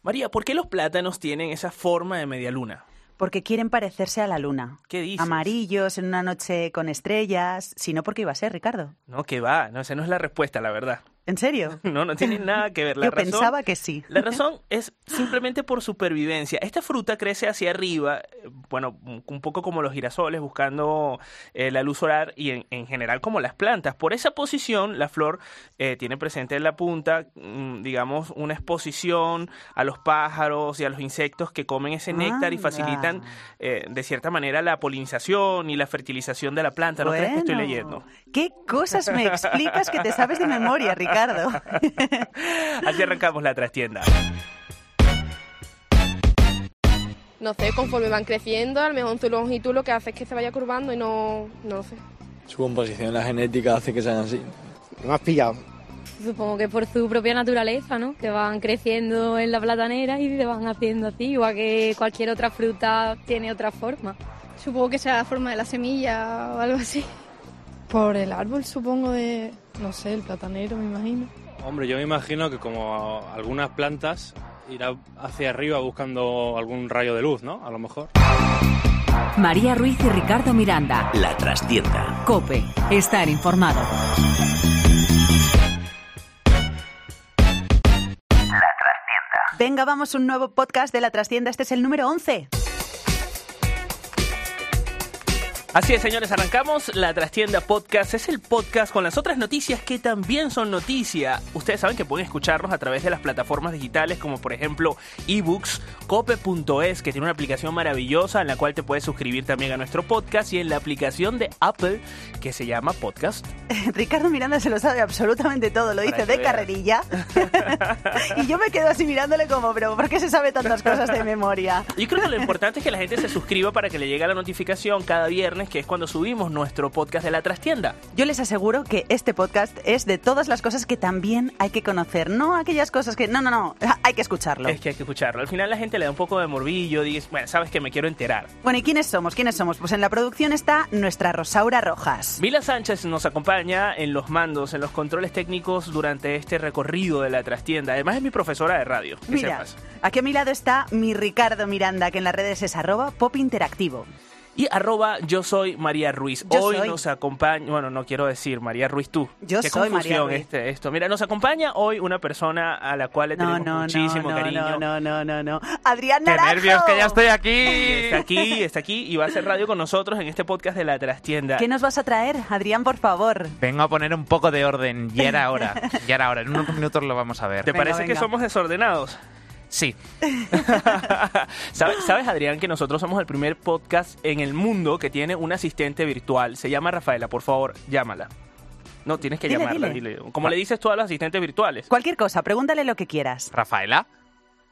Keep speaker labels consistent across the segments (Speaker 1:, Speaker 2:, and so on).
Speaker 1: María, ¿por qué los plátanos tienen esa forma de media luna?
Speaker 2: Porque quieren parecerse a la luna.
Speaker 1: ¿Qué dices?
Speaker 2: Amarillos en una noche con estrellas. Si no, porque iba a ser, Ricardo.
Speaker 1: No, que va, no, esa no es la respuesta, la verdad.
Speaker 2: ¿En serio?
Speaker 1: No, no tiene nada que ver. La
Speaker 2: Yo
Speaker 1: razón-
Speaker 2: pensaba que sí.
Speaker 1: La razón es simplemente por supervivencia. Esta fruta crece hacia arriba, eh, bueno, un un poco como los girasoles, buscando eh, la luz solar y en, en general como las plantas. Por esa posición, la flor eh, tiene presente en la punta, mm, digamos, una exposición a los pájaros y a los insectos que comen ese néctar y
Speaker 2: Anda.
Speaker 1: facilitan, eh, de cierta manera, la polinización y la fertilización de la planta. ¿No crees que estoy
Speaker 2: Bueno,
Speaker 1: leyendo?
Speaker 2: ¿Qué cosas me explicas que te sabes de memoria, Ricardo?
Speaker 1: Así arrancamos la trastienda.
Speaker 3: No sé, conforme van creciendo, a lo mejor tu longitud lo que hace es que se vaya curvando y no, no sé.
Speaker 4: Su composición, la genética hace que sean así.
Speaker 5: Me has pillado.
Speaker 6: Supongo que por su propia naturaleza, ¿no? Que van creciendo en la platanera y se van haciendo así, igual que cualquier otra fruta tiene otra forma.
Speaker 7: Supongo que sea la forma de la semilla o algo así. Por el árbol, supongo, de, no sé, el platanero, me imagino.
Speaker 8: Hombre, yo me imagino que como algunas plantas irá hacia arriba buscando algún rayo de luz, ¿no? A lo mejor.
Speaker 9: María Ruiz y Ricardo Miranda.
Speaker 10: La trastienda.
Speaker 9: Cope, estar informado.
Speaker 2: Venga, vamos, un nuevo podcast de La Trastienda. Este es el número 11.
Speaker 1: Así es, señores, arrancamos la Trastienda Podcast. Es el podcast con las otras noticias que también son noticia. Ustedes saben que pueden escucharnos a través de las plataformas digitales como por ejemplo ebooks, cope.es, que tiene una aplicación maravillosa en la cual te puedes suscribir también a nuestro podcast y en la aplicación de Apple que se llama Podcast.
Speaker 2: Ricardo Miranda se lo sabe absolutamente todo,
Speaker 1: Para
Speaker 2: lo dice
Speaker 1: que
Speaker 2: de
Speaker 1: veas.
Speaker 2: carrerilla. y yo me quedo así mirándole como, pero ¿por qué se sabe tantas cosas de memoria?
Speaker 1: Yo creo que lo importante es que la gente se suscriba para que le llegue la notificación cada viernes, que es cuando subimos nuestro podcast de la Trastienda.
Speaker 2: Yo les aseguro que este podcast es de todas las cosas que también hay que conocer, no aquellas cosas que... No, no, no, hay que escucharlo.
Speaker 1: Es que hay que escucharlo. Al final la gente le da un poco de morbillo, dices, bueno, sabes que me quiero enterar.
Speaker 2: Bueno, ¿y quiénes somos? ¿Quiénes somos? Pues en la producción está nuestra Rosaura Rojas.
Speaker 1: Mila Sánchez nos acompaña en los mandos, en los controles técnicos durante este recorrido de la trastienda. Además es mi profesora de radio, que
Speaker 2: Mira,
Speaker 1: sepas.
Speaker 2: aquí a mi lado está mi Ricardo Miranda, que en las redes es arroba pop interactivo.
Speaker 1: Y arroba yo soy María Ruiz.
Speaker 2: Yo
Speaker 1: hoy
Speaker 2: soy.
Speaker 1: nos acompaña, bueno, no quiero decir María Ruiz tú.
Speaker 2: Yo
Speaker 1: Qué
Speaker 2: soy María
Speaker 1: confusión
Speaker 2: Ruiz.
Speaker 1: este- esto. Mira, nos acompaña hoy una persona a la cual le
Speaker 2: No,
Speaker 1: tenemos
Speaker 2: no,
Speaker 1: muchísimo
Speaker 2: no,
Speaker 1: cariño.
Speaker 2: no, no, no, no, no. Adrián
Speaker 4: ¡Qué
Speaker 2: Naranjo.
Speaker 4: nervios que ya estoy
Speaker 1: Está
Speaker 4: aquí!
Speaker 1: aquí, está aquí y va a hacer radio con nosotros en este podcast de la trastienda.
Speaker 2: ¿Qué nos vas a traer, Adrián, por favor?
Speaker 4: Vengo a poner un poco de orden. Ya era hora. Ya era hora. En unos minutos lo vamos a ver.
Speaker 1: ¿Te
Speaker 2: Venga,
Speaker 1: parece que
Speaker 2: venga.
Speaker 1: somos desordenados?
Speaker 4: Sí.
Speaker 1: ¿Sabes, sabes, Adrián, que nosotros somos el primer podcast en el mundo que tiene un asistente virtual? Se llama Rafaela, por favor, llámala. No, tienes que
Speaker 2: Dile,
Speaker 1: llamarla,
Speaker 2: dile.
Speaker 1: dile. Como le dices tú a los asistentes virtuales.
Speaker 2: Cualquier cosa, pregúntale lo que quieras.
Speaker 4: Rafaela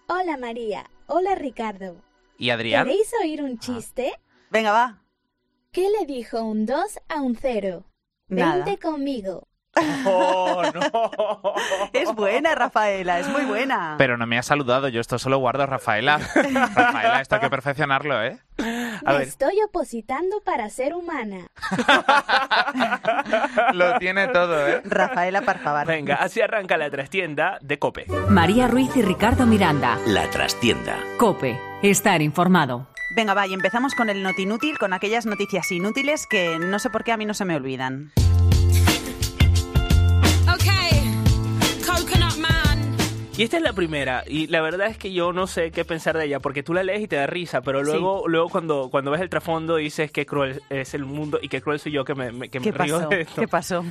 Speaker 6: Hola María, hola Ricardo.
Speaker 4: y Adrián.
Speaker 6: oír
Speaker 1: Ah.
Speaker 6: un chiste?
Speaker 2: Venga, va.
Speaker 6: ¿Qué le dijo un 2 a un 0?
Speaker 2: Nada.
Speaker 6: conmigo.
Speaker 1: ¡Oh, no!
Speaker 2: Es buena, Rafaela, es muy buena.
Speaker 4: Pero no me ha saludado. Yo esto solo guardo a Rafaela. Rafaela, esto hay que perfeccionarlo, ¿eh?
Speaker 1: A ver,
Speaker 6: Estoy opositando para ser humana.
Speaker 4: Lo tiene todo, ¿eh?
Speaker 2: Rafaela, por favor.
Speaker 1: venga, así arranca la trastienda de Cope.
Speaker 9: María Ruiz y Ricardo Miranda.
Speaker 10: La trastienda.
Speaker 9: Cope, estar informado.
Speaker 2: Venga, va, y empezamos con el notinútil, con aquellas noticias inútiles que no sé por qué a mí no se me olvidan.
Speaker 1: Y esta es la primera, y la verdad es que yo no sé qué pensar de ella, porque tú la lees y te da risa, pero luego, luego cuando, cuando ves el trasfondo dices qué cruel es el mundo y qué cruel soy yo que me, me- que me
Speaker 2: ¿Qué
Speaker 1: río
Speaker 2: pasó?
Speaker 1: de esto.
Speaker 2: ¿Qué pasó?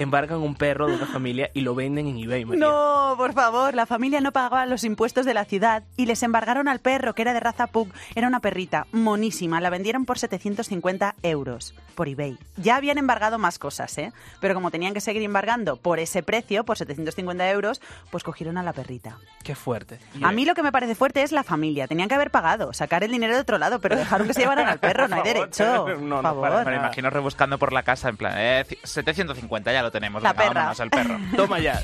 Speaker 1: Embarcan un perro de una familia y lo venden en eBay, María.
Speaker 2: No, por favor, la familia no pagaba los impuestos de la ciudad y les embargaron al perro, que era de raza pug. Era una perrita, monísima, la vendieron por 750 euros por eBay. Ya habían embargado más cosas, ¿eh? Pero como tenían que seguir embargando por ese precio, por 750 euros, pues cogieron a la perrita.
Speaker 1: Qué fuerte.
Speaker 2: A mí lo que me parece fuerte es la familia. Tenían que haber pagado, sacar el dinero de otro lado, pero dejaron que se llevaran al perro, no hay
Speaker 1: Por favor,
Speaker 2: derecho.
Speaker 1: no,
Speaker 2: Por
Speaker 1: no, para,
Speaker 2: favor.
Speaker 1: para,
Speaker 4: Me lo imagino rebuscando por la casa en plan, eh, 750 ya lo tenemos.
Speaker 2: La
Speaker 4: venga,
Speaker 2: perra.
Speaker 4: vámonos al perro.
Speaker 1: Toma ya.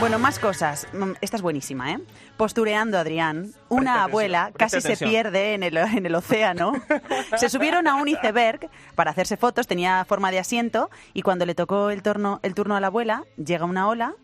Speaker 2: Bueno, más cosas. Mm, Esta es buenísima, ¿eh? Postureando a Adrián, una
Speaker 1: atención,
Speaker 2: abuela
Speaker 1: presta
Speaker 2: casi se
Speaker 1: atención.
Speaker 2: pierde en el, en el océano. se subieron a un iceberg para hacerse fotos, tenía forma de asiento, y cuando le tocó el, torno, el turno a la abuela, llega una ola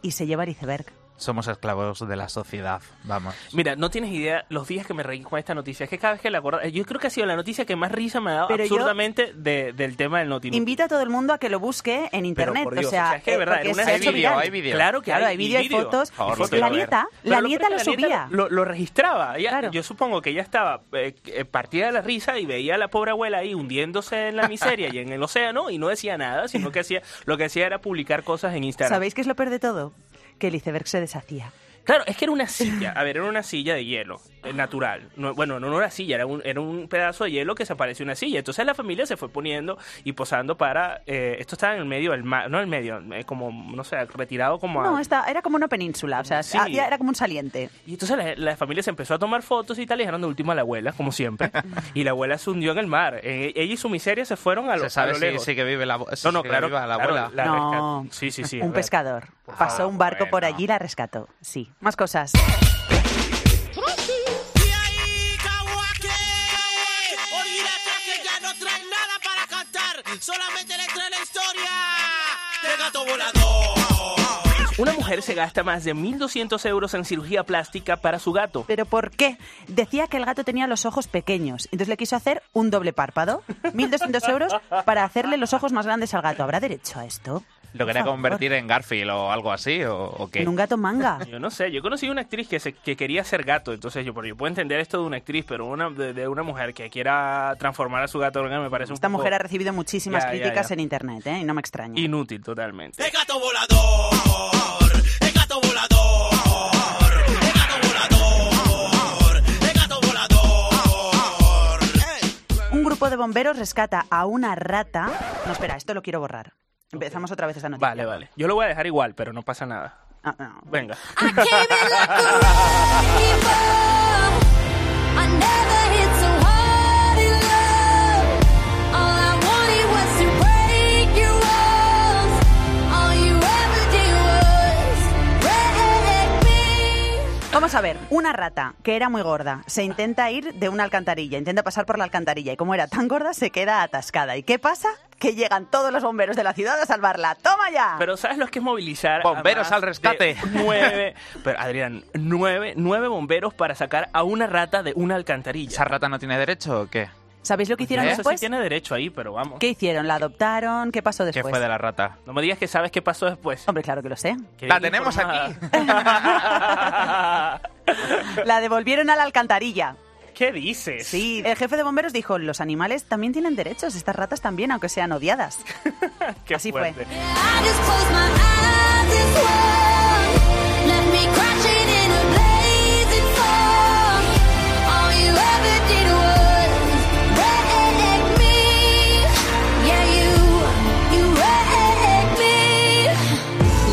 Speaker 2: y se lleva el iceberg.
Speaker 4: Somos esclavos de la sociedad, vamos.
Speaker 1: Mira, no tienes idea los días que me reí con esta noticia. Es que cada vez que la acuerdo, yo creo que ha sido la noticia que más risa me ha dado
Speaker 2: Pero yo-
Speaker 1: absurdamente de- del tema del notinudo.
Speaker 2: Invita a todo el mundo a que lo busque en internet.
Speaker 1: por Dios,
Speaker 2: o sea,
Speaker 1: es que es
Speaker 2: eh,
Speaker 1: verdad,
Speaker 2: porque
Speaker 1: en una-
Speaker 2: se ha
Speaker 4: hay
Speaker 2: hecho
Speaker 4: vídeo,
Speaker 2: viral.
Speaker 4: hay vídeo.
Speaker 1: Claro que
Speaker 2: Claro,
Speaker 1: hay,
Speaker 2: hay vídeo, hay fotos.
Speaker 4: Por favor,
Speaker 1: Hay fotos.
Speaker 4: lo
Speaker 2: La
Speaker 4: quiero ver.
Speaker 2: nieta,
Speaker 1: Pero
Speaker 2: la
Speaker 1: lo
Speaker 2: nieta
Speaker 1: peor
Speaker 2: lo
Speaker 1: es que la
Speaker 2: subía.
Speaker 1: lo, lo registraba. Ella-
Speaker 2: Claro.
Speaker 1: Yo supongo que ella estaba eh, eh, partida de la risa y veía a la pobre abuela ahí hundiéndose en la miseria y en el océano y no decía nada, sino que hacía lo que hacía era publicar cosas en Instagram.
Speaker 2: ¿Sabéis qué es lo peor de todo? Que el iceberg se deshacía.
Speaker 1: Claro, es que era una silla. A ver, era una silla de hielo eh, natural. No- bueno, no no era silla, era un, era un pedazo de hielo que se parecía a una silla. Entonces la familia se fue poniendo y posando para. eh, esto estaba en el medio del mar, no en el medio, eh, como, no sé, retirado como a-
Speaker 2: No, esta, era como una península, o sea,
Speaker 1: Sí.
Speaker 2: había- era como un saliente.
Speaker 1: Y entonces la, la familia se empezó a tomar fotos y tal, y dejaron de última a la abuela, como siempre. y la abuela se hundió en el mar. Eh, ella y su miseria se fueron a lo,
Speaker 4: Se sabe
Speaker 1: a lo
Speaker 4: si,
Speaker 1: lejos.
Speaker 4: si que vive la, abu- si
Speaker 1: no, no,
Speaker 4: sigue
Speaker 1: claro.
Speaker 4: viva la
Speaker 1: claro,
Speaker 4: abuela.
Speaker 1: la
Speaker 2: no,
Speaker 1: rescat- Sí, sí, sí. a
Speaker 2: un
Speaker 1: ver.
Speaker 2: pescador. Pasó un barco por
Speaker 4: bueno.
Speaker 2: allí y la rescató. Sí, más cosas.
Speaker 1: Una mujer se gasta más de 1.200 euros en cirugía plástica para su gato.
Speaker 2: ¿Pero por qué? Decía que el gato tenía los ojos pequeños, entonces le quiso hacer un doble párpado. 1.200 euros para hacerle los ojos más grandes al gato. ¿Habrá derecho a esto?
Speaker 4: ¿Lo quería
Speaker 2: Por favor.
Speaker 4: convertir en Garfield o algo así? ¿O, o qué?
Speaker 2: ¿En un gato manga?
Speaker 1: Yo no sé, yo conocí una actriz que, se, que quería ser gato, entonces yo, pero yo puedo entender esto de una actriz, pero una, de, de una mujer que quiera transformar a su gato me parece un
Speaker 2: Esta
Speaker 1: poco
Speaker 2: mujer ha recibido muchísimas
Speaker 1: Ya, ya,
Speaker 2: críticas
Speaker 1: ya.
Speaker 2: en internet, ¿eh? Y no me extraña.
Speaker 1: inútil totalmente.
Speaker 2: Un grupo de bomberos rescata a una rata. No, espera, esto lo quiero borrar. Empezamos otra vez esta noticia.
Speaker 1: Vale, vale. Yo lo voy a dejar igual, pero no pasa nada.
Speaker 2: Ah, no.
Speaker 1: Venga.
Speaker 2: Vamos a ver, una rata que era muy gorda se intenta ir de una alcantarilla, intenta pasar por la alcantarilla y como era tan gorda se queda atascada. ¿Y qué pasa? Que llegan todos los bomberos de la ciudad a salvarla. ¡Toma ya!
Speaker 1: Pero ¿sabes lo que es movilizar? a
Speaker 4: Bomberos
Speaker 1: más
Speaker 4: al rescate.
Speaker 1: de Nueve, pero Adrián, nueve, nueve bomberos para sacar a una rata de una alcantarilla.
Speaker 4: ¿Esa rata no tiene derecho o qué?
Speaker 2: ¿Sabéis lo que hicieron
Speaker 1: No sé
Speaker 2: después?
Speaker 1: si ¿eh? tiene derecho ahí, pero vamos.
Speaker 2: ¿Qué hicieron? ¿La adoptaron? ¿Qué pasó
Speaker 4: ¿Qué
Speaker 2: después?
Speaker 4: fue de la rata?
Speaker 1: No me digas que sabes qué pasó después.
Speaker 2: Hombre, claro que lo sé.
Speaker 1: Qué
Speaker 4: ¡La
Speaker 1: bien
Speaker 4: tenemos
Speaker 1: informada.
Speaker 2: La devolvieron a la alcantarilla.
Speaker 1: ¿Qué dices?
Speaker 2: Sí, el jefe de bomberos dijo, los animales también tienen derechos, estas ratas también, aunque sean odiadas.
Speaker 1: Qué
Speaker 2: Así fue.
Speaker 1: fuerte.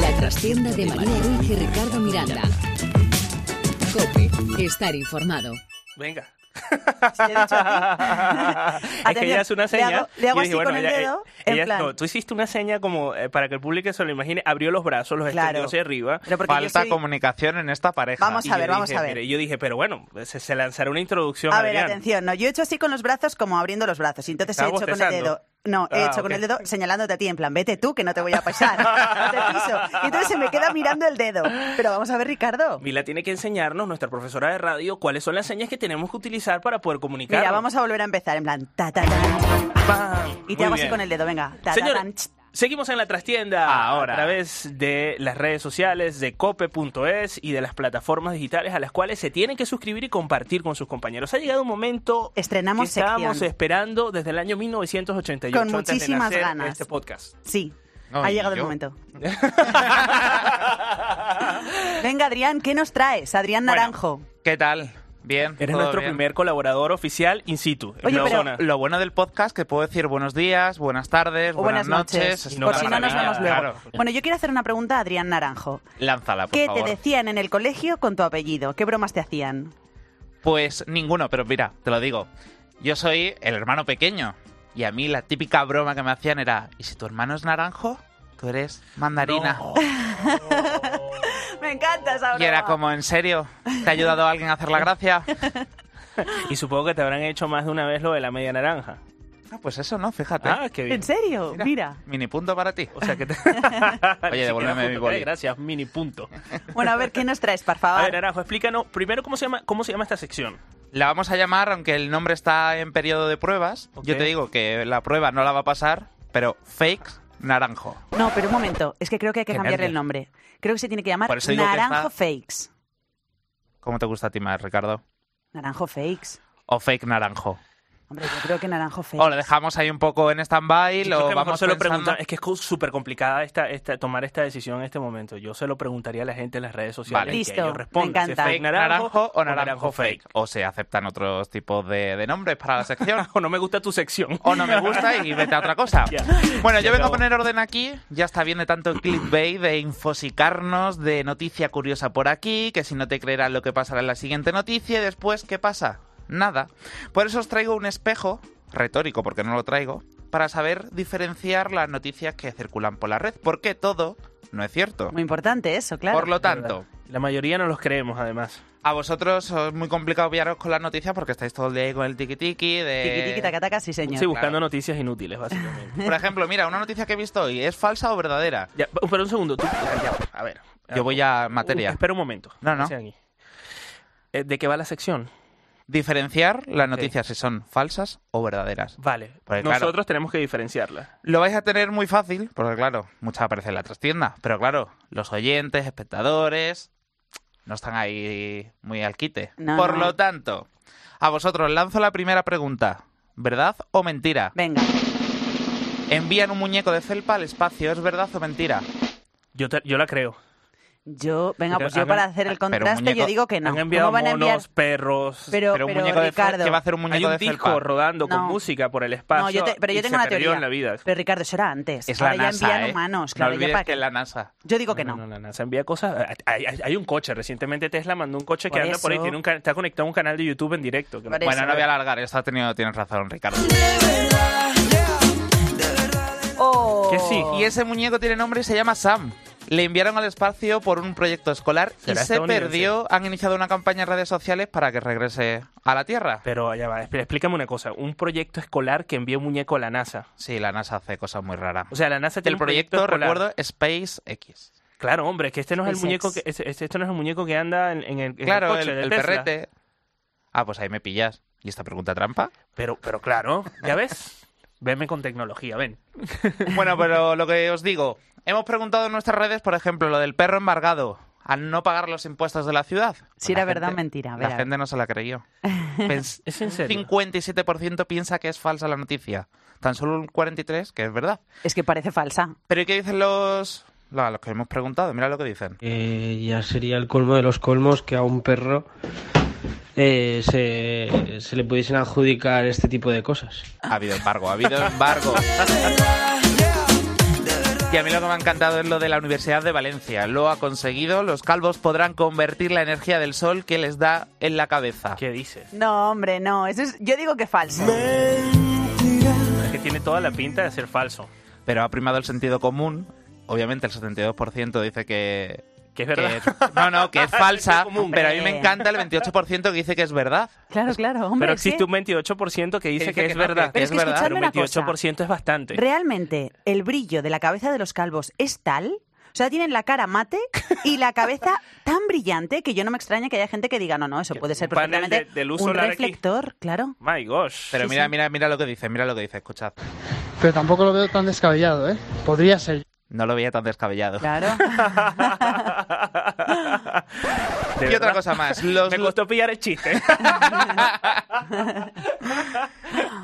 Speaker 9: La trastienda de María Ruiz y Ricardo Miranda. Cope, estar informado.
Speaker 1: Venga.
Speaker 2: he dicho a ti.
Speaker 1: es que
Speaker 2: Atención,
Speaker 1: ella hace una
Speaker 2: le
Speaker 1: seña.
Speaker 2: hago- le hago
Speaker 1: y dije,
Speaker 2: así con el
Speaker 1: ella- eh,
Speaker 2: dedo,
Speaker 1: ella-
Speaker 2: en plan.
Speaker 1: no, tú hiciste una seña como eh, para que el público se lo imagine. Abrió los brazos, los
Speaker 2: Claro.
Speaker 1: extendió hacia arriba.
Speaker 2: Pero porque yo
Speaker 4: Falta
Speaker 2: soy-
Speaker 4: comunicación en esta pareja.
Speaker 2: Vamos
Speaker 1: Y
Speaker 2: a
Speaker 1: yo
Speaker 2: ver, vamos
Speaker 1: dije,
Speaker 2: a ver.
Speaker 1: mire, Yo dije, pero bueno, se, se lanzará una introducción.
Speaker 2: A ver,
Speaker 1: Adrián.
Speaker 2: atención, no, yo he hecho así con los brazos como abriendo los brazos, y entonces he
Speaker 1: Estaba
Speaker 2: hecho con el
Speaker 1: bostezando.
Speaker 2: dedo. No, he
Speaker 1: Ah,
Speaker 2: hecho con
Speaker 1: ok.
Speaker 2: el dedo señalándote a ti, en plan, vete tú, que no te voy a pasar. no te piso. Y entonces se me queda mirando el dedo. Pero vamos a ver, Ricardo.
Speaker 1: Mila tiene que enseñarnos, nuestra profesora de radio, cuáles son las señas que tenemos que utilizar para poder comunicar.
Speaker 2: Mira, vamos a volver a empezar, en plan, ta, ta, tan. Y te hago así con el dedo, venga. Ta, ta, tan, ch.
Speaker 1: Seguimos en la trastienda
Speaker 4: Ahora.
Speaker 1: a través de las redes sociales de cope.es y de las plataformas digitales a las cuales se tienen que suscribir y compartir con sus compañeros. Ha llegado un momento
Speaker 2: Estrenamos
Speaker 1: que estábamos
Speaker 2: sección.
Speaker 1: esperando desde el año 1988
Speaker 2: Con
Speaker 1: antes de
Speaker 2: muchísimas
Speaker 1: nacer
Speaker 2: ganas.
Speaker 1: este podcast.
Speaker 2: Sí,
Speaker 4: No,
Speaker 2: ha
Speaker 4: y
Speaker 2: llegado el
Speaker 4: yo.
Speaker 2: momento. Venga, Adrián, ¿qué nos traes? Adrián
Speaker 4: Bueno,
Speaker 2: Naranjo.
Speaker 4: ¿Qué tal? Bien.
Speaker 1: Eres
Speaker 4: todo
Speaker 1: nuestro
Speaker 4: bien.
Speaker 1: primer colaborador oficial in situ. en
Speaker 2: Oye,
Speaker 1: la
Speaker 2: pero-
Speaker 1: zona.
Speaker 4: Lo bueno del podcast que puedo decir buenos días, buenas tardes,
Speaker 2: O buenas noches,
Speaker 4: es
Speaker 2: por
Speaker 4: una
Speaker 2: si no nos
Speaker 4: maravilla,
Speaker 2: vemos luego.
Speaker 4: claro.
Speaker 2: Bueno, yo quiero hacer una pregunta a Adrián Naranjo.
Speaker 4: Lánzala, por
Speaker 2: ¿Qué
Speaker 4: favor.
Speaker 2: te decían en el colegio con tu apellido? ¿Qué bromas te hacían?
Speaker 4: Pues ninguno, pero mira, te lo digo. Yo soy el hermano pequeño. Y a mí la típica broma que me hacían era, ¿y si tu hermano es naranjo? tú eres mandarina.
Speaker 2: Me encanta esa
Speaker 4: Y era
Speaker 2: broma.
Speaker 4: como, ¿en serio? ¿Te ha ayudado alguien a hacer la gracia?
Speaker 1: Y supongo que te habrán hecho más de una vez lo de la media naranja.
Speaker 4: Ah, pues eso no, fíjate.
Speaker 1: Ah, qué bien.
Speaker 2: ¿En serio? Mira.
Speaker 4: Mini punto para ti.
Speaker 1: O sea que te... eh,
Speaker 4: Oye, devuélveme mi boli.
Speaker 1: Gracias, mini punto.
Speaker 2: Bueno, a ver, ¿qué nos traes, por
Speaker 1: A
Speaker 2: favor?
Speaker 1: ver, Naranjo, explícanos primero cómo se llama, cómo se llama esta sección.
Speaker 4: La vamos a llamar, aunque el nombre está en periodo de pruebas.
Speaker 1: Ok.
Speaker 4: Yo te digo que la prueba no la va a pasar, pero fake naranjo.
Speaker 2: No, pero un momento. Es que creo que hay que
Speaker 4: Qué
Speaker 2: cambiarle
Speaker 4: nervio.
Speaker 2: el nombre. Creo que se tiene que llamar
Speaker 4: Por eso digo que
Speaker 2: Naranjo
Speaker 4: está-
Speaker 2: Fakes.
Speaker 4: ¿Cómo te gusta a ti más, Ricardo?
Speaker 2: Naranjo Fakes.
Speaker 4: O fake naranjo.
Speaker 2: Hombre, yo creo que Naranjo Fakes.
Speaker 4: O lo dejamos ahí un poco en stand-by,
Speaker 1: Yo creo
Speaker 4: lo
Speaker 1: que mejor
Speaker 4: vamos
Speaker 1: se lo
Speaker 4: pensando.
Speaker 1: pregunta- Es que es co- súper complicada esta, esta, tomar esta decisión en este momento. Yo se lo preguntaría a la gente en las redes sociales.
Speaker 4: Vale.
Speaker 1: y que
Speaker 2: Listo,
Speaker 1: ellos
Speaker 2: me
Speaker 1: respondan si es
Speaker 2: encanta.
Speaker 1: fake naranjo, o naranjo fake.
Speaker 4: O se aceptan otros tipos de, de nombres para la sección.
Speaker 1: O no me gusta tu sección.
Speaker 4: o no me gusta y vete a otra cosa.
Speaker 1: Ya.
Speaker 4: Bueno,
Speaker 1: Se
Speaker 4: yo vengo a
Speaker 1: acabó.
Speaker 4: poner orden aquí. Ya está bien de tanto clickbait, de infosicarnos, de noticia curiosa por aquí, que si no te creerás lo que pasará en la siguiente noticia y después, ¿qué pasa? Nada. Por eso os traigo un espejo, retórico porque no lo traigo, para saber diferenciar las noticias que circulan por la red, porque todo no es cierto.
Speaker 2: Muy importante eso, claro.
Speaker 4: Por lo tanto,
Speaker 1: La mayoría no los creemos, además.
Speaker 4: a vosotros os es muy complicado obviaros con las noticias porque estáis todo el día ahí con el tiki-tiki de...
Speaker 2: Tiki tiki taca taca, sí señor.
Speaker 1: Sí, buscando
Speaker 4: Claro.
Speaker 1: noticias inútiles, básicamente.
Speaker 4: Por ejemplo, mira, una noticia que he visto hoy, ¿es falsa o verdadera?
Speaker 1: ya, pero un segundo. Tú,
Speaker 4: A ver, yo voy a
Speaker 1: Uh,
Speaker 4: materia.
Speaker 1: espera un momento.
Speaker 4: No, no.
Speaker 1: Dice aquí. Eh, ¿De qué va la sección?
Speaker 4: Diferenciar las noticias si son falsas o verdaderas.
Speaker 1: Vale.
Speaker 4: Pues, claro.
Speaker 1: Nosotros tenemos que diferenciarla.
Speaker 4: Lo vais a tener muy fácil, porque claro, muchas aparecen en la trastienda, pero claro, los oyentes, espectadores, no están ahí muy al quite.
Speaker 2: No,
Speaker 4: Por
Speaker 2: no.
Speaker 4: lo tanto, a vosotros lanzo la primera pregunta. ¿Verdad o mentira?
Speaker 2: Venga.
Speaker 4: Envían un muñeco de felpa al espacio, ¿es verdad o mentira?
Speaker 1: Yo, te- yo la creo.
Speaker 2: Yo, venga,
Speaker 1: Pero
Speaker 2: pues yo
Speaker 1: hagan-
Speaker 2: para hacer el
Speaker 4: pero un
Speaker 2: contraste yo
Speaker 4: muñeco-
Speaker 2: digo que no.
Speaker 1: Han enviado
Speaker 2: ¿Cómo van a enviar?
Speaker 1: monos, perros.
Speaker 2: Pero,
Speaker 4: pero un
Speaker 2: pero,
Speaker 4: muñeco de felpa,
Speaker 2: Ricardo,
Speaker 4: ¿qué va a hacer un muñeco
Speaker 1: Hay un
Speaker 4: de
Speaker 1: disco
Speaker 4: felpa?
Speaker 1: rodando con
Speaker 2: No.
Speaker 1: música por el espacio.
Speaker 2: No, yo te- pero yo
Speaker 1: y se
Speaker 2: tengo una
Speaker 1: perdió
Speaker 2: teoría.
Speaker 1: en la vida.
Speaker 2: Pero Ricardo, eso era antes.
Speaker 4: Es la
Speaker 2: Ahora ya
Speaker 4: NASA,
Speaker 2: envían
Speaker 4: ¿eh?
Speaker 2: humanos,
Speaker 4: no
Speaker 2: claro, ya
Speaker 4: olvides
Speaker 2: para
Speaker 4: que
Speaker 2: qué.
Speaker 4: es la NASA.
Speaker 2: Yo digo que no.
Speaker 1: No, no, la NASA envía cosas. Hay, hay- hay un coche. Recientemente Tesla mandó un coche
Speaker 2: Por
Speaker 1: que anda por ahí.
Speaker 2: eso.
Speaker 1: Tiene un, ca- está conectado a un canal de YouTube en directo. que no-
Speaker 2: Por
Speaker 4: Bueno,
Speaker 2: eso.
Speaker 4: no voy a alargar, esto ha tenido, tienes razón, Ricardo.
Speaker 2: Oh.
Speaker 1: Que sí.
Speaker 4: Y ese muñeco tiene nombre y se llama Sam. Le enviaron al espacio por un proyecto escolar y
Speaker 1: ¿Será
Speaker 4: se
Speaker 1: estadounidense?
Speaker 4: perdió. Han iniciado una campaña en redes sociales para que regrese a la Tierra.
Speaker 1: Pero allá va. espera, Explícame una cosa. Un proyecto escolar que envía un muñeco a la NASA.
Speaker 4: Sí, la NASA hace cosas muy raras.
Speaker 1: O sea, la NASA tiene
Speaker 4: el
Speaker 1: un
Speaker 4: proyecto,
Speaker 1: escolar.
Speaker 4: recuerdo, SpaceX.
Speaker 1: Claro, hombre, que este no es el
Speaker 2: SpaceX.
Speaker 1: muñeco que este, este- este no es el muñeco que anda en, en el, en el
Speaker 4: Claro, el,
Speaker 1: coche de
Speaker 4: el
Speaker 1: Tesla.
Speaker 4: perrete. Ah, pues ahí me pillas. ¿Y esta pregunta trampa?
Speaker 1: Pero, pero claro, ya ves, venme con tecnología, ven.
Speaker 4: Bueno, pero lo que os digo, hemos preguntado en nuestras redes, por ejemplo, lo del perro embargado, al no pagar los impuestos de la ciudad.
Speaker 2: Si
Speaker 4: la
Speaker 2: era verdad o mentira, a ver,
Speaker 4: La
Speaker 2: a
Speaker 4: gente no se la creyó. Pens-
Speaker 1: Es en serio.
Speaker 4: 57% piensa que es falsa la noticia. Tan solo un 43% que es verdad.
Speaker 2: Es que parece falsa.
Speaker 4: Pero ¿y qué dicen los... lo- a los que hemos preguntado? Mira lo que dicen.
Speaker 5: Eh, ya sería el colmo de los colmos que a un perro eh, se, se le pudiesen adjudicar este tipo de cosas.
Speaker 4: Ha habido embargo, ha habido embargo. Y a mí lo que me ha encantado es lo de la Universidad de Valencia. Lo ha conseguido. Los calvos podrán convertir la energía del sol que les da en la cabeza.
Speaker 1: ¿Qué dices?
Speaker 2: No, hombre, no. Eso es, yo digo que falso.
Speaker 1: Es que tiene toda la pinta de ser falso.
Speaker 4: Pero ha primado el sentido común. Obviamente el 72% dice que...
Speaker 1: Que es verdad.
Speaker 4: que es- no, no, que es falsa.
Speaker 1: Sentido común.
Speaker 4: pero a mí me encanta el 28% que dice que es verdad.
Speaker 2: Claro, claro, hombre.
Speaker 1: Pero
Speaker 2: es que-
Speaker 1: existe un 28% que dice que,
Speaker 4: dice que
Speaker 1: es
Speaker 4: no,
Speaker 1: verdad.
Speaker 4: que
Speaker 2: Pero es que
Speaker 4: es
Speaker 1: Pero
Speaker 4: verdad,
Speaker 2: escuchadme
Speaker 1: un
Speaker 2: una cosa.
Speaker 1: 28% es bastante.
Speaker 2: Realmente, el brillo de la cabeza de los calvos es tal. O sea, tienen la cara mate y la cabeza tan brillante que yo no me extraña que haya gente que diga, no, no, eso
Speaker 1: Que
Speaker 2: puede ser
Speaker 1: un panel de-
Speaker 2: perfectamente
Speaker 1: de luz
Speaker 2: un
Speaker 1: solar aquí.
Speaker 2: reflector, claro.
Speaker 1: My gosh.
Speaker 4: Pero
Speaker 2: Sí,
Speaker 4: mira,
Speaker 2: sí.
Speaker 4: mira, mira lo que dice, mira lo que dice, escuchad.
Speaker 5: Pero tampoco lo veo tan descabellado, ¿eh? Podría ser.
Speaker 4: No lo veía tan descabellado.
Speaker 2: Claro.
Speaker 1: De
Speaker 4: Y otra
Speaker 1: verdad,
Speaker 4: cosa más, los,
Speaker 1: Me costó pillar el chiste.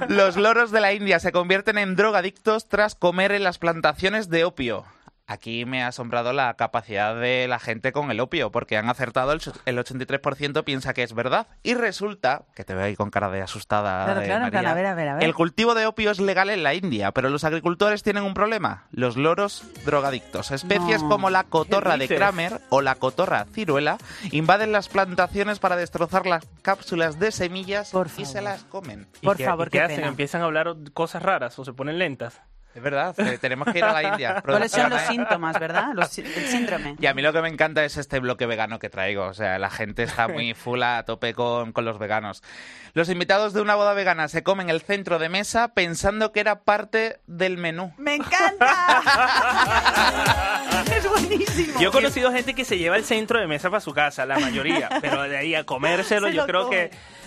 Speaker 4: los loros de la India se convierten en drogadictos tras comer en las plantaciones de opio. Aquí me ha asombrado la capacidad de la gente con el opio, porque han acertado, el, ch- el 83% piensa que es verdad. Y resulta, que te veo ahí con cara de asustada.
Speaker 2: Claro,
Speaker 4: de
Speaker 2: claro,
Speaker 4: María,
Speaker 2: claro, a ver, a ver, a ver.
Speaker 4: El cultivo de opio es legal en la India, pero los agricultores tienen un problema. Los loros drogadictos. Especies
Speaker 2: No.
Speaker 4: como la cotorra de
Speaker 1: dices?
Speaker 4: Kramer o la cotorra ciruela invaden las plantaciones para destrozar las cápsulas de semillas
Speaker 2: Por
Speaker 4: y se
Speaker 2: favor.
Speaker 4: las comen.
Speaker 1: ¿Y
Speaker 2: Por
Speaker 1: qué-
Speaker 2: favor,
Speaker 1: ¿y qué
Speaker 2: qué
Speaker 1: hacen?
Speaker 2: pena.
Speaker 1: ¿Empiezan a hablar cosas raras o se ponen lentas?
Speaker 4: Es verdad, eh, tenemos que ir a la India.
Speaker 2: ¿Cuáles son
Speaker 4: producción,
Speaker 2: los
Speaker 4: ¿eh?
Speaker 2: síntomas, verdad? Los sí- el síndrome.
Speaker 4: Y a mí lo que me encanta es este bloque vegano que traigo. O sea, la gente está muy full a tope con, con los veganos. Los invitados de una boda vegana se comen el centro de mesa pensando que era parte del menú.
Speaker 2: ¡Me encanta! ¡Es buenísimo!
Speaker 1: Yo he conocido gente que se lleva el centro de mesa para su casa, la mayoría, pero de ahí a comérselo,
Speaker 2: Se
Speaker 1: yo
Speaker 2: lo
Speaker 1: creo
Speaker 2: come.
Speaker 1: que.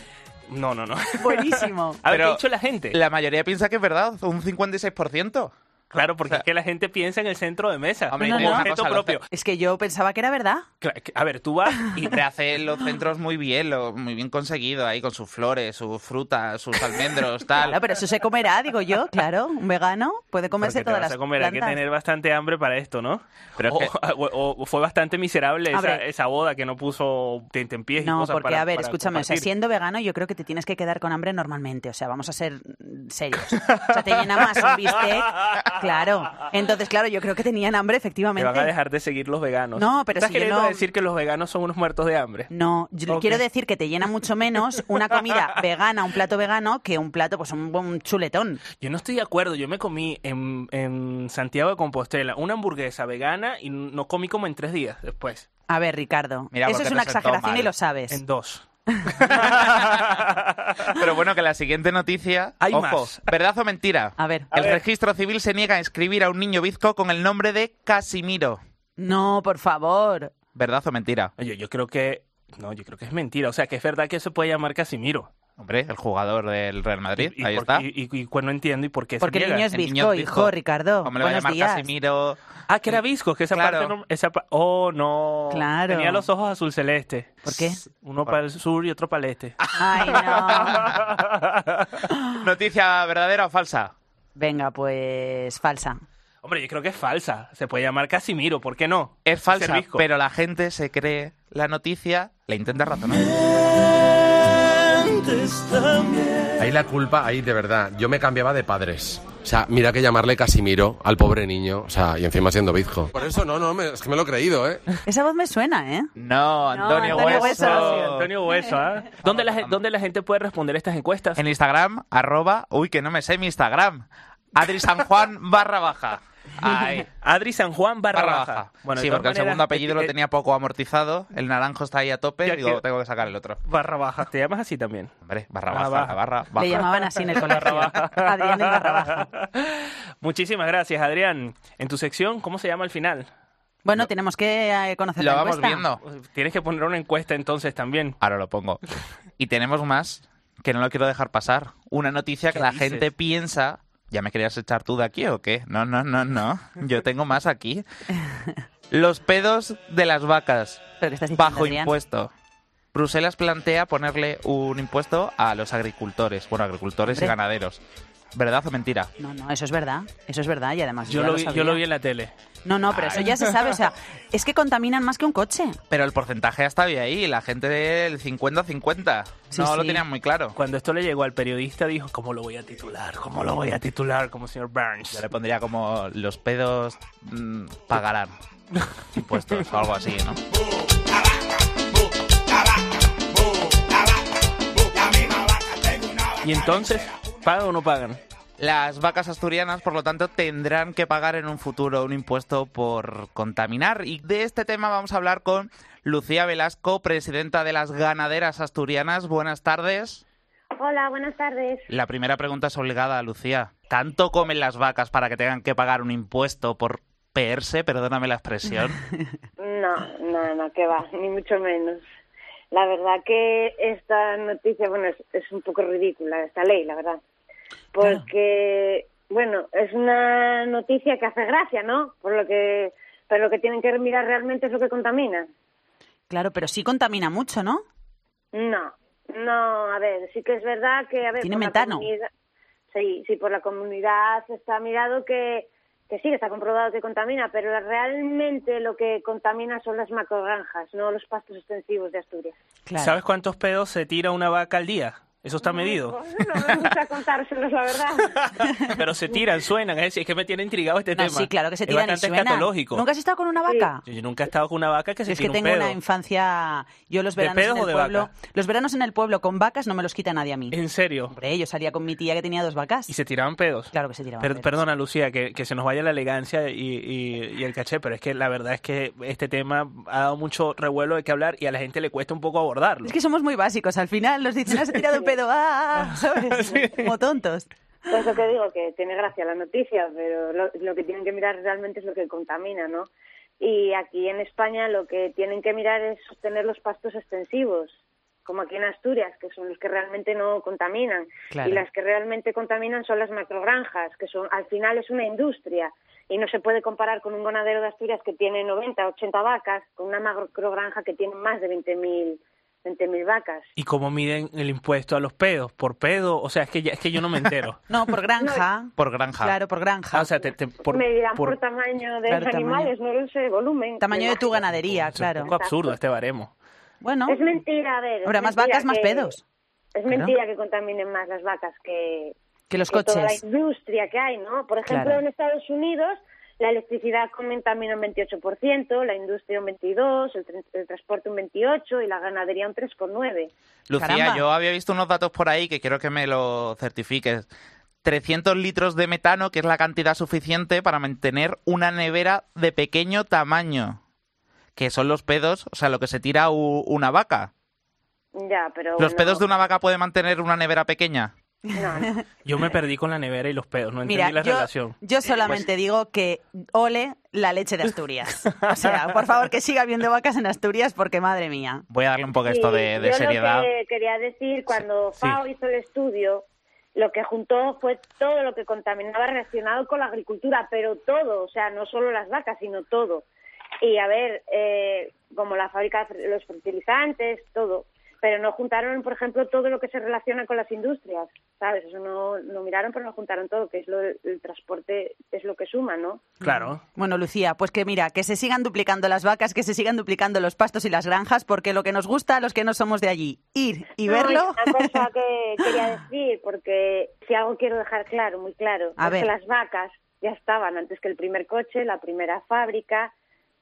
Speaker 1: No, no, no.
Speaker 2: Buenísimo.
Speaker 1: A ver, ¿qué
Speaker 4: Pero
Speaker 1: ha dicho la gente?
Speaker 4: La mayoría piensa que es verdad, un 56%.
Speaker 1: Claro, porque es que la gente piensa en el centro de mesa,
Speaker 4: Hombre,
Speaker 1: como
Speaker 4: y una
Speaker 1: objeto
Speaker 4: cosa, los
Speaker 1: propio.
Speaker 2: Es que yo pensaba que era verdad.
Speaker 1: Cla- que- A ver, tú vas y
Speaker 4: Siempre hace los centros muy bien, lo- muy bien conseguido, ahí con sus flores, sus frutas, sus almendros,
Speaker 2: Claro,
Speaker 4: tal.
Speaker 2: pero eso se comerá, digo yo, claro. Un vegano puede comerse
Speaker 1: Porque te
Speaker 2: todas
Speaker 1: vas
Speaker 2: las
Speaker 1: a comer, hay que
Speaker 2: plantas.
Speaker 1: tener bastante hambre para esto, ¿no? o, ah, o- o fue bastante miserable
Speaker 2: A
Speaker 1: esa,
Speaker 2: ver.
Speaker 1: esa boda que no puso tentempiés y
Speaker 2: No,
Speaker 1: cosas
Speaker 2: porque
Speaker 1: para-
Speaker 2: a ver,
Speaker 1: para
Speaker 2: escúchame, o sea,
Speaker 1: compartir.
Speaker 2: siendo vegano yo creo que te tienes que quedar con hambre normalmente, o sea, vamos a ser mm, serios. O sea, te llena más un bistec, claro. Entonces, claro, yo creo que tenían hambre
Speaker 1: Me
Speaker 2: efectivamente.
Speaker 1: van a dejar de seguir los veganos.
Speaker 2: No, pero
Speaker 1: ¿Estás
Speaker 2: si yo
Speaker 1: queriendo
Speaker 2: no-
Speaker 1: decir que los veganos son unos muertos de hambre?
Speaker 2: No, yo
Speaker 1: Ok.
Speaker 2: quiero decir que te llena mucho menos una comida vegana, un plato vegano, que un plato, pues un, un chuletón.
Speaker 1: Yo no estoy de acuerdo. Yo me comí en, en Santiago de Compostela una hamburguesa vegana y no comí como en tres días después.
Speaker 2: A ver, Ricardo,
Speaker 4: Mira,
Speaker 2: eso
Speaker 4: porque
Speaker 2: es
Speaker 4: te
Speaker 2: una
Speaker 4: sentó
Speaker 2: exageración
Speaker 4: mal.
Speaker 2: y lo sabes.
Speaker 1: En dos.
Speaker 4: Pero bueno, que la siguiente noticia.
Speaker 1: Hay
Speaker 4: ojo,
Speaker 1: más.
Speaker 4: ¿verdad o mentira?
Speaker 2: A ver,
Speaker 4: el registro civil se niega a inscribir a un niño bizco con el nombre de Casimiro.
Speaker 2: no, por favor.
Speaker 4: ¿Verdad o mentira?
Speaker 1: Oye, yo creo que... No, yo creo que es mentira. O sea, que es verdad que se puede llamar Casimiro.
Speaker 4: Hombre, el jugador del Real Madrid,
Speaker 1: Y- y
Speaker 4: ahí
Speaker 1: por-
Speaker 4: está.
Speaker 1: Y, y- y, pues no entiendo y por qué se
Speaker 2: Porque el
Speaker 1: niega.
Speaker 2: niño es
Speaker 4: El niño
Speaker 2: bizco,
Speaker 4: es bizco.
Speaker 2: hijo, Ricardo.
Speaker 4: ¿Cómo le va a
Speaker 2: Buenos
Speaker 4: llamar
Speaker 2: días.
Speaker 4: Casimiro?
Speaker 1: Ah, que era Visco, que esa
Speaker 4: Claro.
Speaker 1: parte no... Esa pa- Oh, no.
Speaker 2: Claro.
Speaker 1: Tenía los ojos azul celeste.
Speaker 2: ¿Por qué?
Speaker 1: Uno para el sur y otro para el este.
Speaker 4: Ah.
Speaker 2: Ay, no.
Speaker 4: ¿Noticia verdadera o falsa?
Speaker 2: Venga, pues falsa.
Speaker 1: Hombre, yo creo que es falsa. Se puede llamar Casimiro, ¿por qué no?
Speaker 4: Es
Speaker 1: Ser
Speaker 4: falsa,
Speaker 1: bizco.
Speaker 4: pero la gente se cree la noticia, la intenta razonar.
Speaker 11: Ahí la culpa, ahí de verdad, yo me cambiaba de padres. O sea, mira que llamarle Casimiro al pobre niño, o sea, y encima siendo bizco. Por eso no, no, me- es que me lo he creído, ¿eh?
Speaker 2: Esa voz me suena, ¿eh?
Speaker 4: No, Antonio,
Speaker 2: Antonio
Speaker 4: Hueso.
Speaker 2: Hueso,
Speaker 1: Sí, Antonio Buesa, ¿eh? ¿Dónde la, gen- ¿Dónde la gente puede responder estas encuestas?
Speaker 4: En Instagram, arroba, uy, que no me sé mi Instagram. Adri San Juan barra baja. Ay,
Speaker 1: Adri San Juan barra,
Speaker 4: barra
Speaker 1: baja.
Speaker 4: baja.
Speaker 1: Bueno, de
Speaker 4: sí,
Speaker 1: todas
Speaker 4: porque el
Speaker 1: maneras,
Speaker 4: segundo apellido
Speaker 1: eh,
Speaker 4: lo
Speaker 1: eh,
Speaker 4: tenía poco amortizado. El naranjo está ahí a tope.
Speaker 1: Ya
Speaker 4: Digo,
Speaker 1: quiero-
Speaker 4: tengo que sacar el otro.
Speaker 1: Barra baja. ¿Te llamas así también?
Speaker 4: Hombre, barra
Speaker 1: Barra
Speaker 4: baja,
Speaker 1: baja.
Speaker 4: la barra baja.
Speaker 2: Le llamaban así en el colegio. Adrián el barra baja.
Speaker 1: Muchísimas gracias, Adrián. En tu sección, ¿cómo se llama al final?
Speaker 2: Bueno, tenemos que eh, conocer
Speaker 4: Lo
Speaker 2: la
Speaker 4: vamos
Speaker 2: encuesta.
Speaker 4: viendo.
Speaker 1: Tienes que poner una encuesta entonces también.
Speaker 4: Ahora lo pongo. Y tenemos más, que no lo quiero dejar pasar. Una noticia que
Speaker 1: ¿Qué
Speaker 4: la
Speaker 1: dices?
Speaker 4: gente piensa... ¿Ya me querías echar tú de aquí o qué? No, no, no, no. Yo tengo más aquí. Los pedos de las vacas.
Speaker 2: Pero que estás diciendo,
Speaker 4: bajo
Speaker 2: Adrián.
Speaker 4: impuesto. Bruselas plantea ponerle un impuesto a los agricultores, bueno, agricultores y
Speaker 2: Hombre.
Speaker 4: ganaderos. ¿Verdad o mentira?
Speaker 2: No, no, eso es verdad. Eso es verdad y además
Speaker 1: Yo
Speaker 2: ya
Speaker 1: lo, vi,
Speaker 2: sabía.
Speaker 1: yo lo vi en la tele.
Speaker 2: No, no, pero eso ya se sabe. O sea, es que contaminan más que un coche.
Speaker 4: Pero el porcentaje ya estaba ahí, la gente del 50-50.
Speaker 2: Sí,
Speaker 4: no lo
Speaker 2: sí.
Speaker 4: tenían muy claro.
Speaker 1: Cuando esto le llegó al periodista, dijo: ¿Cómo lo voy a titular? ¿Cómo lo voy a titular? Como señor
Speaker 4: Yo
Speaker 1: Burns.
Speaker 4: le pondría como los pedos mm, pagarán impuestos o algo así, ¿no?
Speaker 1: Y entonces, ¿pagan o no pagan?
Speaker 4: Las vacas asturianas, por lo tanto, tendrán que pagar en un futuro un impuesto por contaminar. Y de este tema vamos a hablar con Lucía Velasco, presidenta de las ganaderas asturianas. Buenas tardes.
Speaker 12: Hola, buenas tardes.
Speaker 4: La primera pregunta es obligada, Lucía. ¿Tanto comen las vacas para que tengan que pagar un impuesto por peerse? Perdóname la expresión.
Speaker 12: No, no, no, que va, ni mucho menos. La verdad que esta noticia, bueno, es, es un poco ridícula esta ley, la verdad. Porque, bueno, es una noticia que hace gracia, ¿no? Por lo que, pero lo que tienen que mirar realmente es lo que contamina.
Speaker 2: Claro, pero sí contamina mucho, ¿no?
Speaker 12: No, no, a ver, sí que es verdad que, a ver,
Speaker 2: Tiene
Speaker 12: por la
Speaker 2: metano.
Speaker 12: comunidad- Sí, sí, por la comunidad está mirado que, que sí, que está comprobado que contamina, pero realmente lo que contamina son las macrogranjas, no los pastos extensivos de Asturias.
Speaker 2: Claro.
Speaker 1: ¿Sabes cuántos pedos se tira una vaca al día? Eso está medido.
Speaker 12: No me gusta contárselos, la verdad.
Speaker 1: Pero se tiran, suenan. Es decir, es que me tiene intrigado este
Speaker 2: No,
Speaker 1: tema.
Speaker 2: sí, claro que se
Speaker 1: Es
Speaker 2: tiran y
Speaker 1: bastante
Speaker 2: suenan.
Speaker 1: escatológico.
Speaker 2: ¿Nunca has estado con una vaca?
Speaker 1: Yo, yo nunca he estado con una vaca que se
Speaker 2: es que
Speaker 1: tira un
Speaker 2: tengo
Speaker 1: pedo.
Speaker 2: una infancia. Yo los
Speaker 1: ¿De
Speaker 2: veranos
Speaker 1: pedos
Speaker 2: en
Speaker 1: o
Speaker 2: el
Speaker 1: de
Speaker 2: pueblo.
Speaker 1: vaca?
Speaker 2: Los veranos en el pueblo con vacas no me los quita nadie a mí.
Speaker 1: ¿En serio?
Speaker 2: Hombre, yo salía con mi tía que tenía dos vacas.
Speaker 1: Y se tiraban pedos.
Speaker 2: Claro que se tiraban
Speaker 1: Per-
Speaker 2: pedos.
Speaker 1: Perdona, Lucía, que, que se nos vaya la elegancia y, y- y el caché, pero es que la verdad es que este tema ha dado mucho revuelo de qué hablar y a la gente le cuesta un poco abordarlo.
Speaker 2: Es que somos muy básicos. Al final nos dicen, has tirado un pedo. ¡Ah! ¿Sabes? Como tontos.
Speaker 12: Pues lo que digo, que tiene gracia la noticia, pero lo, lo que tienen que mirar realmente es lo que contamina, ¿no? Y aquí en España lo que tienen que mirar es sostener los pastos extensivos, como aquí en Asturias, que son los que realmente no contaminan.
Speaker 13: Claro.
Speaker 12: Y las que realmente contaminan son las macrogranjas, que son al final es una industria. Y no se puede comparar con un ganadero de Asturias que tiene 90, 80 vacas, con una macrogranja que tiene más de 20.000 20.000 vacas.
Speaker 1: ¿Y cómo miden el impuesto a los pedos? ¿Por pedo? O sea, es que, ya- es que yo no me entero.
Speaker 2: No, por granja.
Speaker 1: por granja. Ah,
Speaker 2: Claro, por granja.
Speaker 1: o sea, te- te- por,
Speaker 12: Me dirán por,
Speaker 1: por-
Speaker 12: tamaño de
Speaker 1: Claro,
Speaker 12: los
Speaker 1: tamaño.
Speaker 12: animales, no lo sé, volumen.
Speaker 2: Tamaño de tu ganadería,
Speaker 1: es un
Speaker 2: claro.
Speaker 1: poco absurdo este baremo.
Speaker 2: Bueno.
Speaker 12: Es mentira, a ver. es
Speaker 2: Habrá más
Speaker 12: mentira
Speaker 2: vacas, más
Speaker 12: que-
Speaker 2: pedos.
Speaker 12: Es
Speaker 2: Claro.
Speaker 12: mentira que contaminen más las vacas que,
Speaker 2: Que los
Speaker 12: que toda la
Speaker 2: coches.
Speaker 12: industria que hay, ¿no? Por ejemplo,
Speaker 2: Claro.
Speaker 12: en Estados Unidos la electricidad contamina un 28%, la industria un 22%, el, tren- el transporte un 28% y la ganadería un 3,9%.
Speaker 4: Lucía, yo había visto unos datos por ahí que quiero que me lo certifiques. 300 litros de metano, que es la cantidad suficiente para mantener una nevera de pequeño tamaño, que son los pedos, o sea, lo que se tira u- una vaca.
Speaker 12: Ya, pero...
Speaker 4: ¿Los
Speaker 12: bueno,
Speaker 4: pedos de una vaca puede mantener una nevera pequeña?
Speaker 12: no.
Speaker 1: Yo me perdí con la nevera y los pedos, no entendí
Speaker 2: Mira,
Speaker 1: la
Speaker 2: yo,
Speaker 1: relación.
Speaker 2: yo solamente
Speaker 12: Pues-
Speaker 2: digo que ole la leche de Asturias. O sea, por favor, que siga habiendo vacas en Asturias porque madre mía.
Speaker 4: Voy a darle un poco esto
Speaker 12: Sí,
Speaker 4: de, de
Speaker 12: yo
Speaker 4: seriedad.
Speaker 12: Lo que quería decir, cuando
Speaker 4: sí.
Speaker 12: FAO hizo el estudio, lo que juntó fue todo lo que contaminaba relacionado con la agricultura, pero todo, o sea, no solo las vacas, sino todo. Y a ver, eh, como la fábrica de los fertilizantes, todo. Pero no juntaron, por ejemplo, todo lo que se relaciona con las industrias, ¿sabes? Eso no lo miraron, pero no juntaron todo, que es lo el transporte, es lo que suma, ¿no?
Speaker 1: Claro.
Speaker 2: Bueno, Lucía, pues que mira, que se sigan duplicando las vacas, que se sigan duplicando los pastos y las granjas, porque lo que nos gusta a los que no somos de allí, ir y
Speaker 12: No,
Speaker 2: verlo.
Speaker 12: y Una cosa que quería decir, porque si algo quiero dejar claro, muy claro,
Speaker 2: A
Speaker 12: es
Speaker 2: ver.
Speaker 12: que las vacas ya estaban antes que el primer coche, la primera fábrica,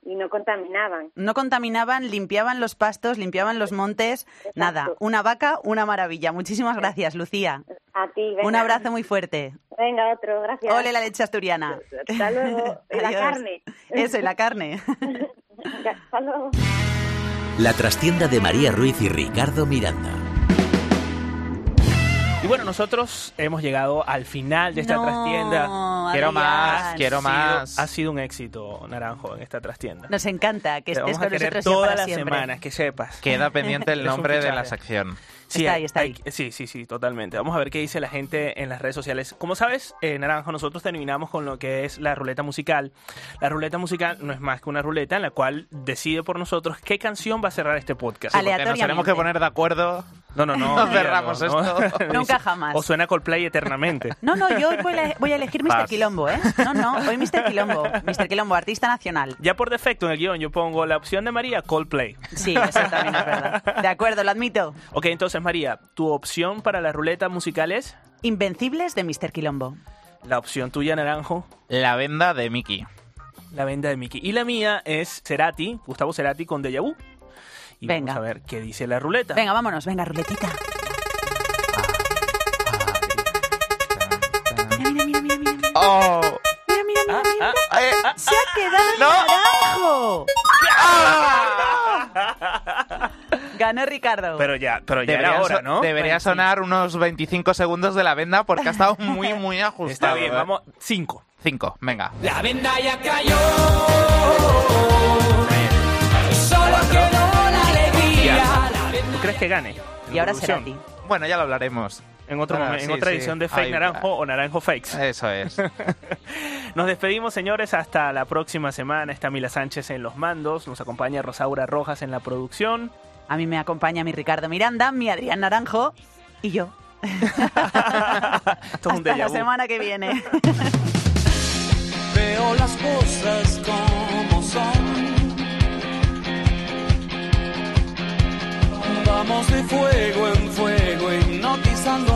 Speaker 12: y no contaminaban.
Speaker 2: No contaminaban, limpiaban los pastos, limpiaban los montes. Nada, una vaca, una maravilla. Muchísimas gracias, Lucía.
Speaker 12: A ti, venga.
Speaker 2: Un abrazo muy fuerte.
Speaker 12: Venga, otro, gracias.
Speaker 2: Ole la leche asturiana.
Speaker 12: Hasta luego. Y la
Speaker 2: Adiós.
Speaker 12: carne.
Speaker 2: Eso, y la carne.
Speaker 12: Hasta luego.
Speaker 10: La trastienda de María Ruiz y Ricardo Miranda.
Speaker 1: Y bueno, nosotros hemos llegado al final de esta
Speaker 2: No,
Speaker 1: trastienda.
Speaker 2: Quiero Adrián. más, quiero
Speaker 1: Ha sido-
Speaker 2: más.
Speaker 1: Ha sido un éxito, Naranjo, en esta trastienda.
Speaker 2: Nos encanta
Speaker 1: Te
Speaker 2: que estés
Speaker 1: vamos a
Speaker 2: con
Speaker 1: querer
Speaker 2: nosotros ya
Speaker 1: todas
Speaker 2: para
Speaker 1: las
Speaker 2: siempre.
Speaker 1: semanas, que sepas.
Speaker 4: Queda pendiente el
Speaker 1: Eres un
Speaker 4: nombre de la
Speaker 1: fichaje.
Speaker 4: sección.
Speaker 1: Sí,
Speaker 2: Está
Speaker 1: hay-
Speaker 2: ahí, está
Speaker 1: hay- sí, sí, sí, totalmente. Vamos a ver qué dice la gente en las redes sociales. Como sabes, eh, Naranjo, nosotros terminamos con lo que es la ruleta musical. La ruleta musical no es más que una ruleta en la cual decide por nosotros qué canción va a cerrar este podcast.
Speaker 2: Sí, porque nos Aleatoriamente. tenemos que
Speaker 4: poner de acuerdo.
Speaker 1: No, no, no.
Speaker 4: No
Speaker 1: olvídalo,
Speaker 4: cerramos
Speaker 1: no.
Speaker 4: esto.
Speaker 2: Nunca jamás.
Speaker 1: O suena Coldplay eternamente.
Speaker 2: No, no, yo hoy voy a, voy a elegir Mr.
Speaker 1: Paz.
Speaker 2: Quilombo, ¿eh? No, no, hoy Mr. Quilombo. Mr. Quilombo, artista nacional.
Speaker 1: Ya por defecto en el guión yo pongo la opción de María, Coldplay.
Speaker 2: Sí, eso también es verdad. De acuerdo, lo admito.
Speaker 1: Ok, entonces María, tu opción para la ruleta musical es
Speaker 2: Invencibles de Mr. Quilombo.
Speaker 1: la opción tuya, Naranjo,
Speaker 4: La venda de Mickey.
Speaker 1: la venda de Mickey. Y la mía es Cerati, Gustavo Cerati con Deja Vu. Y
Speaker 2: Venga.
Speaker 1: vamos a ver qué dice la ruleta.
Speaker 2: Venga, vámonos, venga, ruletita. Mira, mira, mira, mira, mira.
Speaker 4: ¡Oh!
Speaker 2: Mira, mira,
Speaker 1: Ah,
Speaker 2: mira, mira. ¡Se ha quedado el
Speaker 4: ¡No!
Speaker 2: naranjo! Ganó Ricardo.
Speaker 1: Pero ya, pero ya
Speaker 4: Debería
Speaker 1: era hora,
Speaker 4: so-
Speaker 1: ¿no?
Speaker 4: Debería
Speaker 1: Bueno, sí.
Speaker 4: sonar unos 25 segundos de la venda porque ha estado muy, muy ajustado.
Speaker 1: Está bien,
Speaker 4: ¿eh?
Speaker 1: vamos, cinco.
Speaker 4: Cinco, venga.
Speaker 14: La venda ya cayó. Solo quedó la alegría.
Speaker 1: ¿Tú crees que gane?
Speaker 4: Y ahora
Speaker 1: será
Speaker 4: Cerati. Bueno, ya lo hablaremos.
Speaker 1: En, otro
Speaker 4: Bueno,
Speaker 1: momen- en
Speaker 4: Ah, sí,
Speaker 1: otra
Speaker 4: sí.
Speaker 1: edición de Fake
Speaker 4: Ahí-
Speaker 1: Naranjo o Naranjo Fakes.
Speaker 4: Eso es.
Speaker 1: Nos despedimos, señores, hasta la próxima semana. Está Mila Sánchez en los mandos, nos acompaña Rosaura Rojas en la producción.
Speaker 2: A mí me acompaña mi Ricardo Miranda, mi Adrián Naranjo y yo.
Speaker 1: Esto es un
Speaker 2: Hasta
Speaker 1: déjà
Speaker 2: la
Speaker 1: vu.
Speaker 2: semana que viene.
Speaker 14: Veo las cosas como son. Vamos de fuego en fuego hipnotizando.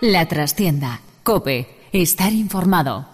Speaker 9: La trastienda. Cope. Estar informado.